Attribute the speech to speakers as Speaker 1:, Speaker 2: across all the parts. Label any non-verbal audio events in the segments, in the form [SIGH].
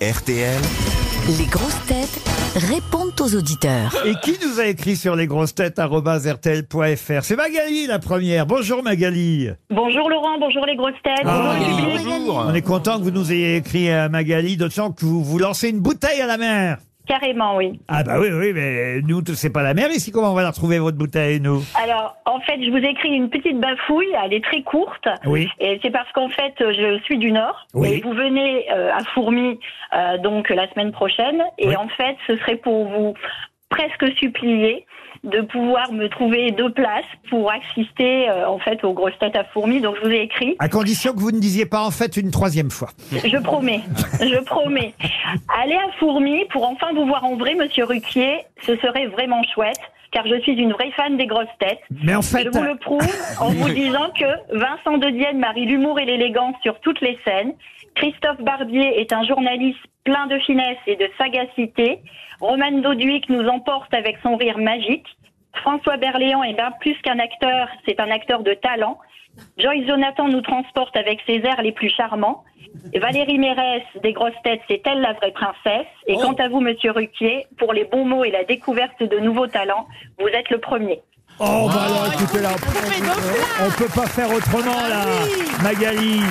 Speaker 1: RTL.
Speaker 2: Les grosses têtes répondent aux auditeurs.
Speaker 3: Et qui nous a écrit sur lesgrossetêtes.rtl.fr C'est Magali la première. Bonjour Magali.
Speaker 4: Bonjour Laurent, bonjour les grosses têtes.
Speaker 3: Ah,
Speaker 4: bonjour le public.
Speaker 3: On est content que vous nous ayez écrit euh, Magali, d'autant que vous vous lancez une bouteille à la mer.
Speaker 4: Carrément, oui.
Speaker 3: Ah bah oui, oui, mais nous, tout- c'est pas la mer ici. Comment on va la retrouver, votre bouteille, nous
Speaker 4: Alors, en fait, je vous écris une petite bafouille, elle est très courte.
Speaker 3: Oui.
Speaker 4: Et c'est parce qu'en fait, je suis du Nord.
Speaker 3: Oui.
Speaker 4: Et vous venez euh, à Fourmi, euh, donc la semaine prochaine. Et
Speaker 3: Oui.
Speaker 4: en fait, ce serait pour vous presque supplier de pouvoir me trouver deux places pour assister euh, en fait aux grosses têtes à Fourmi. Donc, je vous ai écrit.
Speaker 3: À condition que vous ne disiez pas en fait une troisième fois.
Speaker 4: Je promets, je promets. Aller à Fourmi pour enfin vous voir en vrai, Monsieur Ruquier, ce serait vraiment chouette, car je suis une vraie fan des grosses têtes.
Speaker 3: Mais en
Speaker 4: Je
Speaker 3: fait,
Speaker 4: vous le prouve en vous disant que Vincent De Dienne marie l'humour et l'élégance sur toutes les scènes. Christophe Barbier est un journaliste plein de finesse et de sagacité. Roman Doduic nous emporte avec son rire magique. François Berléand est bien plus qu'un acteur, c'est un acteur de talent. Joyce Jonathan nous transporte avec ses airs les plus charmants. Valérie Mérès, des grosses têtes, c'est elle la vraie princesse. Et quant à vous, monsieur Ruquier, pour les bons mots et la découverte de nouveaux talents, vous êtes le premier.
Speaker 3: oh
Speaker 4: Ah,
Speaker 3: bah alors, écoutez là, on, on peut pas faire autrement
Speaker 4: Ah
Speaker 3: là, Magali.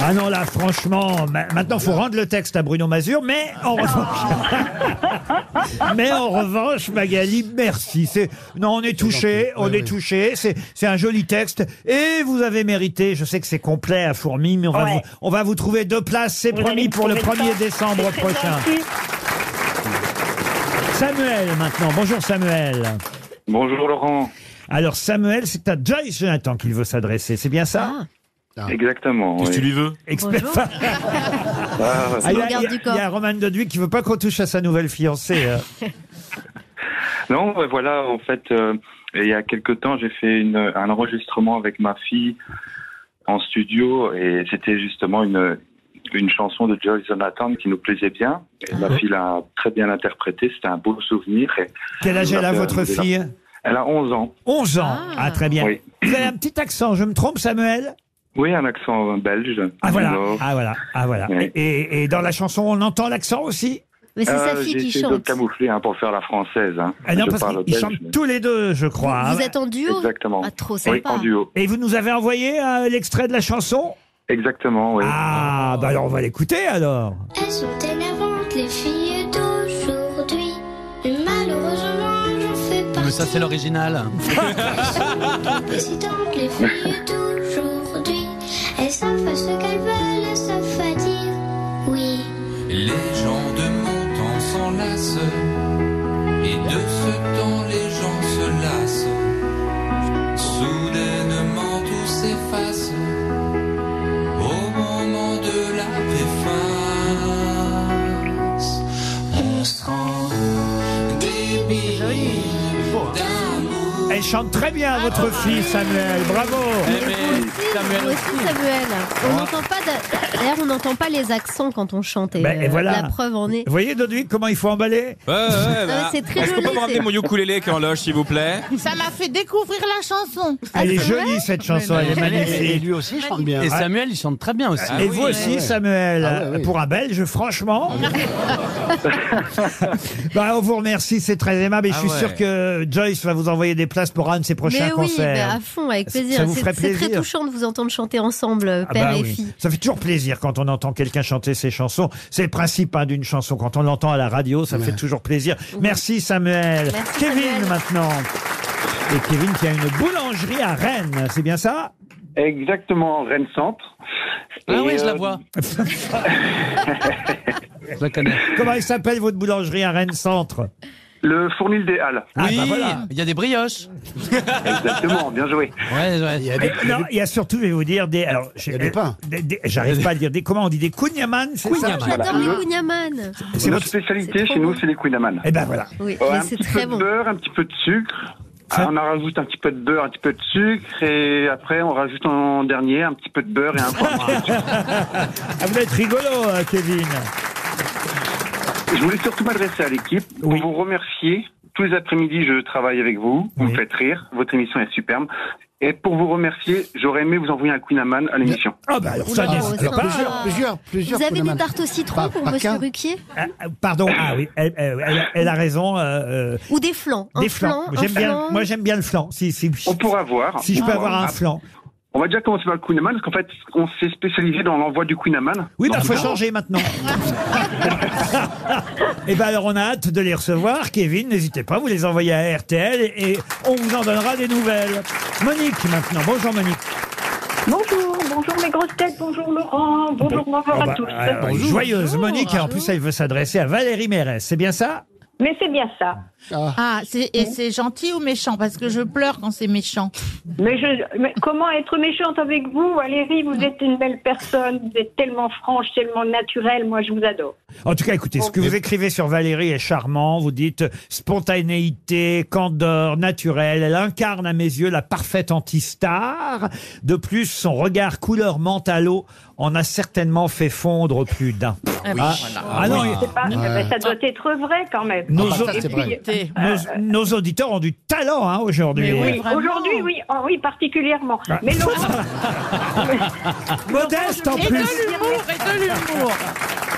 Speaker 3: Ah non là, franchement, ma- maintenant faut rendre le texte à Bruno Mazur, mais en revanche, [LAUGHS] mais en revanche, Magali, merci. C'est non, on est touché, on est touché. C'est c'est un joli texte et vous avez mérité. Je sais que c'est complet à fourmi, mais on va
Speaker 4: Ouais.
Speaker 3: vous, on va vous trouver deux places, c'est
Speaker 4: Vous allez
Speaker 3: promis
Speaker 4: me
Speaker 3: pour le
Speaker 4: trouver
Speaker 3: 1er
Speaker 4: ça.
Speaker 3: décembre
Speaker 4: C'est très
Speaker 3: prochain.
Speaker 4: gentil.
Speaker 3: Samuel maintenant. Bonjour Samuel.
Speaker 5: Bonjour Laurent.
Speaker 3: Alors Samuel, c'est à Joyce Jonathan qu'il veut s'adresser, c'est bien ça
Speaker 2: Ah,
Speaker 5: Exactement. oui.
Speaker 6: lui veux
Speaker 3: Expert-
Speaker 5: Ah, ouais.
Speaker 3: Ah, il y a-
Speaker 2: Sauvegarde
Speaker 3: il y a-
Speaker 2: du corps.
Speaker 3: il y a Roman Doduy qui veut pas qu'on touche à sa nouvelle fiancée. euh.
Speaker 5: Ah, Non, ouais, voilà, en fait, euh, il y a quelque temps, j'ai fait une, un enregistrement avec ma fille en studio et c'était justement une, une chanson de Joyce Jonathan qui nous plaisait bien. Et
Speaker 2: Ah.
Speaker 5: ma fille l'a très bien interprétée, c'était un beau souvenir. Et
Speaker 3: Quel âge elle a
Speaker 5: Euh,
Speaker 3: votre
Speaker 5: déjà.
Speaker 3: fille
Speaker 5: elle a 11 ans.
Speaker 3: 11 ans. Ah, très bien.
Speaker 5: Oui.
Speaker 3: Vous avez un petit accent, je me trompe Samuel
Speaker 5: Oui, un accent belge.
Speaker 3: Ah voilà,
Speaker 5: Non.
Speaker 3: ah voilà, ah voilà.
Speaker 5: Oui.
Speaker 3: Et, et dans la chanson, on entend l'accent aussi
Speaker 2: Mais c'est sa
Speaker 5: Euh,
Speaker 2: fille
Speaker 5: j'ai
Speaker 2: qui
Speaker 5: essayé de le
Speaker 2: chante.
Speaker 5: camoufler hein, pour faire la française. hein.
Speaker 3: Ah Non,
Speaker 5: Je
Speaker 3: parce
Speaker 5: parle
Speaker 3: qu'ils
Speaker 5: belge,
Speaker 3: chantent
Speaker 5: mais-
Speaker 3: tous les deux, je crois. hein.
Speaker 2: Vous êtes en duo
Speaker 5: Exactement.
Speaker 2: Ah, trop
Speaker 5: Oui,
Speaker 2: sympa.
Speaker 5: en duo.
Speaker 3: Et vous nous avez envoyé euh, l'extrait de la chanson
Speaker 5: Exactement, oui.
Speaker 3: Ah, bah alors on va l'écouter alors.
Speaker 7: Elles sont énervantes, les filles d'aujourd'hui. Mais malheureusement, j'en fais partie.
Speaker 8: Mais ça, c'est
Speaker 7: [LAUGHS]
Speaker 8: l'original.
Speaker 7: Elles sont décidantes, les filles d'aujourd'hui. Elles savent ce qu'elles veulent, elles savent dire oui.
Speaker 9: Les gens de mon temps s'enlacent, et de ce temps les gens se lassent. Soudainement tout s'efface, au moment de la préface. On se rend des milliers d'amour.
Speaker 3: Elle chante très
Speaker 2: Ah.
Speaker 3: bien votre fille Samuel, bravo.
Speaker 2: Samuel aussi, Samuel. On n'entend pas. d'a- D'ailleurs, on n'entend pas les accents quand on chante. Et,
Speaker 3: Ben, et
Speaker 2: euh,
Speaker 3: voilà.
Speaker 2: La preuve en est.
Speaker 3: Vous voyez Doduy comment il faut emballer
Speaker 6: Ouais, ouais, ouais, bah.
Speaker 2: Ah, c'est très
Speaker 6: Est-ce qu'on peut
Speaker 2: joli,
Speaker 6: me ramener
Speaker 2: c'est-
Speaker 6: mon ukulélé qui est en loge, s'il vous plaît
Speaker 10: Ça m'a fait découvrir la chanson.
Speaker 3: Elle est
Speaker 2: c'est vrai
Speaker 3: jolie cette chanson, elle est magnifique.
Speaker 8: lui aussi chante bien.
Speaker 11: Ah.
Speaker 8: Et Samuel, il chante très bien aussi.
Speaker 3: Et vous aussi, Samuel,
Speaker 8: Ah ouais, oui.
Speaker 3: pour un Belge, franchement. bah, on vous remercie, c'est très aimable. Et je
Speaker 6: Ah
Speaker 3: suis
Speaker 6: ouais.
Speaker 3: sûr que Joyce va vous envoyer des places pour un de ses prochains
Speaker 2: Mais oui,
Speaker 3: concerts.
Speaker 2: ben, à fond, avec
Speaker 3: Ça-
Speaker 2: plaisir.
Speaker 3: ça vous
Speaker 2: C'est
Speaker 3: ferait
Speaker 2: c'est très
Speaker 3: plaisir.
Speaker 2: touchant de vous entendre chanter ensemble, euh,
Speaker 3: Ah
Speaker 2: père
Speaker 3: bah
Speaker 2: et
Speaker 3: oui.
Speaker 2: fille.
Speaker 3: Ça fait toujours plaisir quand on entend quelqu'un chanter ses chansons. C'est le principe hein, d'une chanson. Quand on l'entend à la radio, ça fait toujours plaisir. Merci Samuel.
Speaker 2: Merci,
Speaker 3: Kevin
Speaker 2: Samuel.
Speaker 3: maintenant. Et Kevin qui a une boulangerie à Rennes, c'est bien ça
Speaker 5: Exactement, Rennes Centre.
Speaker 8: Ah
Speaker 5: Et,
Speaker 8: oui, je la
Speaker 5: euh,
Speaker 8: vois. je la connais.
Speaker 3: Comment il s'appelle votre boulangerie à Rennes Centre
Speaker 5: Le Fournil des Halles.
Speaker 3: Ah
Speaker 8: oui,
Speaker 3: bah voilà.
Speaker 8: il y a des brioches.
Speaker 5: Exactement, bien joué.
Speaker 8: Ouais, ouais.
Speaker 3: Non, il y a surtout, je vais vous dire, des. Alors, j'ai-
Speaker 8: des pains.
Speaker 3: des- des- J'arrive pas à dire des. Comment on dit Des kunyaman, c'est ça
Speaker 8: Kunyaman.
Speaker 2: J'adore les
Speaker 5: le-
Speaker 2: Kounyaman.
Speaker 3: [LAUGHS] C'est
Speaker 5: Notre
Speaker 3: votre-
Speaker 5: spécialité
Speaker 2: trop
Speaker 5: chez nous,
Speaker 2: bon.
Speaker 5: c'est les Quinaman.
Speaker 3: Eh ben voilà.
Speaker 2: Oui,
Speaker 5: Ouais,
Speaker 2: mais
Speaker 5: un
Speaker 2: c'est
Speaker 5: petit
Speaker 2: très
Speaker 5: peu
Speaker 2: bon.
Speaker 5: de beurre, un petit peu de sucre.
Speaker 3: Ça-
Speaker 5: Ah, on en rajoute un petit peu de beurre, un petit peu de sucre, et après on rajoute en dernier un petit peu de beurre et un point.
Speaker 3: [LAUGHS] Ah, vous êtes rigolo, euh, Kevin.
Speaker 5: Je voulais surtout m'adresser à l'équipe pour
Speaker 3: Oui.
Speaker 5: vous remercier Tous les après-midi, je travaille avec vous. Vous me faites rire. Votre émission est superbe. Et pour vous remercier, j'aurais aimé vous envoyer un Queen Amman à l'émission.
Speaker 3: Ah bah alors ça,
Speaker 5: Oula,
Speaker 3: n'hésitez
Speaker 5: oh,
Speaker 3: pas.
Speaker 5: sympa.
Speaker 12: Plusieurs,
Speaker 2: Vous avez des tartes au citron pour
Speaker 3: par
Speaker 2: Monsieur
Speaker 3: quinze.
Speaker 2: Ruquier
Speaker 3: Pardon, ah oui, elle, elle- elle- elle a raison. euh, euh,
Speaker 2: Ou des flans Un
Speaker 3: des
Speaker 2: flan,
Speaker 3: flans.
Speaker 2: un
Speaker 3: J'aime bien,
Speaker 2: flan.
Speaker 3: moi j'aime bien le flan. Si, si,
Speaker 5: On pourra voir.
Speaker 3: Si je
Speaker 5: On
Speaker 3: peux
Speaker 5: pourra
Speaker 3: avoir
Speaker 5: voir.
Speaker 3: un flan.
Speaker 5: On va déjà commencer par le Queen Amman, parce qu'en fait, on s'est spécialisé dans l'envoi du Queen Amman.
Speaker 3: Oui, bah,
Speaker 5: Dans
Speaker 3: faut
Speaker 5: tout-
Speaker 3: changer maintenant. Et ben alors, on a hâte de les recevoir. Kevin, n'hésitez pas, vous les envoyez à RTL et on vous en donnera des nouvelles. Monique, maintenant. Bonjour, Monique.
Speaker 4: Bonjour, bonjour mes grosses têtes, bonjour Laurent, bonjour, bonjour
Speaker 3: Oh,
Speaker 4: à
Speaker 3: bah,
Speaker 4: tous.
Speaker 3: alors, joyeuse Monique, et en plus, elle veut s'adresser à Valérie Mérès. C'est bien ça
Speaker 4: Mais c'est bien ça.
Speaker 13: Ah, c'est- et c'est gentil ou méchant Parce que je pleure quand c'est méchant.
Speaker 4: Mais, je, mais comment être méchante avec vous, Valérie Vous êtes une belle personne, vous êtes tellement franche, tellement naturelle, moi je vous adore.
Speaker 3: En tout cas, écoutez, ce que vous écrivez sur Valérie est charmant. Vous dites spontanéité, candeur, naturel. Elle incarne à mes yeux la parfaite anti-star. De plus, son regard couleur mentalo en a certainement fait fondre plus d'un.
Speaker 4: Ah,
Speaker 3: Ah, ah non,
Speaker 4: C'est pas- mais ça doit être vrai quand même.
Speaker 3: nos,
Speaker 4: Et
Speaker 3: au-
Speaker 4: puis, euh,
Speaker 3: nos- nos auditeurs ont du talent hein, aujourd'hui.
Speaker 4: oui, aujourd'hui, oui, oh, oui, particulièrement.
Speaker 3: Ah.
Speaker 4: Mais Laurent,
Speaker 3: Modeste en
Speaker 4: Et de
Speaker 3: plus.
Speaker 4: l'humour, et de l'humour.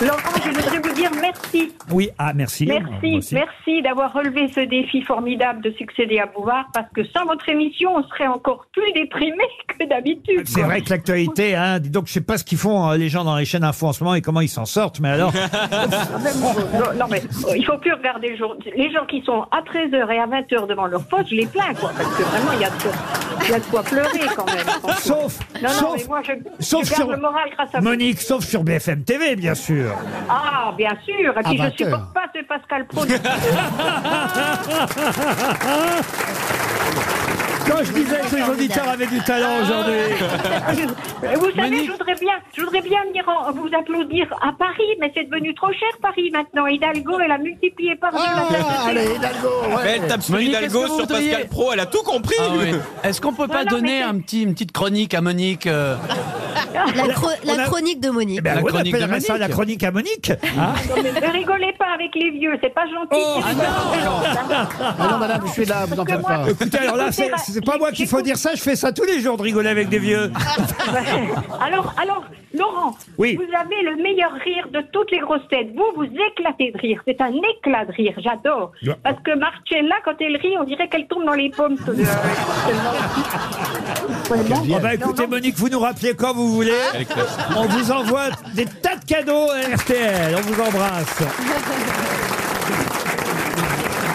Speaker 4: Laurent, je voudrais vous dire merci.
Speaker 3: Oui, ah merci. Moi
Speaker 4: Merci,
Speaker 3: aussi.
Speaker 4: merci d'avoir relevé ce défi formidable de succéder à Bouvard parce que sans votre émission, on serait encore plus déprimé [LAUGHS] que d'habitude.
Speaker 3: C'est
Speaker 4: quoi.
Speaker 3: vrai que l'actualité, hein, dis donc je sais pas ce qu'ils font hein, les gens dans les chaînes info en ce moment et comment ils s'en sortent, mais
Speaker 4: [LAUGHS]
Speaker 3: alors.
Speaker 4: non, non, mais euh, il faut plus regarder le jour. Les gens qui sont à 13h et à 20h devant leur poste, je les plains, quoi, parce que vraiment, il y a de quoi- il y a de quoi pleurer
Speaker 3: [LAUGHS]
Speaker 4: quand même. franchement.
Speaker 3: Sauf-
Speaker 4: Non, non,
Speaker 3: sauf-
Speaker 4: mais moi, je,
Speaker 3: sauf
Speaker 4: je garde
Speaker 3: sur-
Speaker 4: le moral grâce à vous.
Speaker 3: Monique, sauf sur BFM TV, bien sûr.
Speaker 4: Ah, bien sûr. Et puis,
Speaker 3: À
Speaker 4: je
Speaker 3: 20h.
Speaker 4: supporte pas ce Pascal Pro.
Speaker 3: [LAUGHS] Quand je disais que les auditeurs avaient du
Speaker 9: Ah.
Speaker 3: talent aujourd'hui.
Speaker 4: Et Vous savez, je voudrais bien, je voudrais bien venir en- vous applaudir à Paris, mais c'est devenu trop cher Paris maintenant. Hidalgo, elle a multiplié par deux
Speaker 12: Ah,
Speaker 4: la taxe.
Speaker 11: Mais elle tape sur
Speaker 9: Monique,
Speaker 11: Hidalgo,
Speaker 9: est-ce que vous
Speaker 11: sur
Speaker 9: voudriez-
Speaker 11: Pascal Pro, elle a tout compris.
Speaker 9: Ah oui. Est-ce qu'on peut pas
Speaker 11: Non, non,
Speaker 9: donner
Speaker 11: mais-
Speaker 9: un petit, une petite chronique à Monique euh,
Speaker 2: La, chro- la chronique de Monique.
Speaker 3: Eh ben,
Speaker 9: La
Speaker 3: on
Speaker 9: chronique de
Speaker 3: appellerait ça
Speaker 9: Monique. Ah.
Speaker 3: la chronique à Monique. hein.
Speaker 4: Non, mais ne rigolez pas avec les vieux, c'est pas gentil. c'est [LAUGHS] pas-
Speaker 12: Oh, ah non, madame, je suis là, vous en
Speaker 4: Parce que
Speaker 12: faites
Speaker 4: moi-
Speaker 12: pas.
Speaker 3: Écoutez, alors là, c'est c'est pas moi qu'il faut dire ça, je fais ça tous les jours de rigoler avec des
Speaker 4: Ah,
Speaker 3: vieux.
Speaker 4: alors, alors, Laurent,
Speaker 3: Oui.
Speaker 4: vous avez le meilleur rire de toutes les grosses têtes. Vous, vous éclatez de rire. C'est un éclat de rire, j'adore.
Speaker 3: Ouais.
Speaker 4: Parce que Marcella, quand elle rit, on dirait qu'elle tombe dans les
Speaker 3: [LAUGHS]
Speaker 4: pommes.
Speaker 3: Oh, bah, écoutez, Monique, vous nous rappelez quand vous voulez.
Speaker 4: Ah.
Speaker 3: On vous envoie des tas de cadeaux à RTL. On vous embrasse.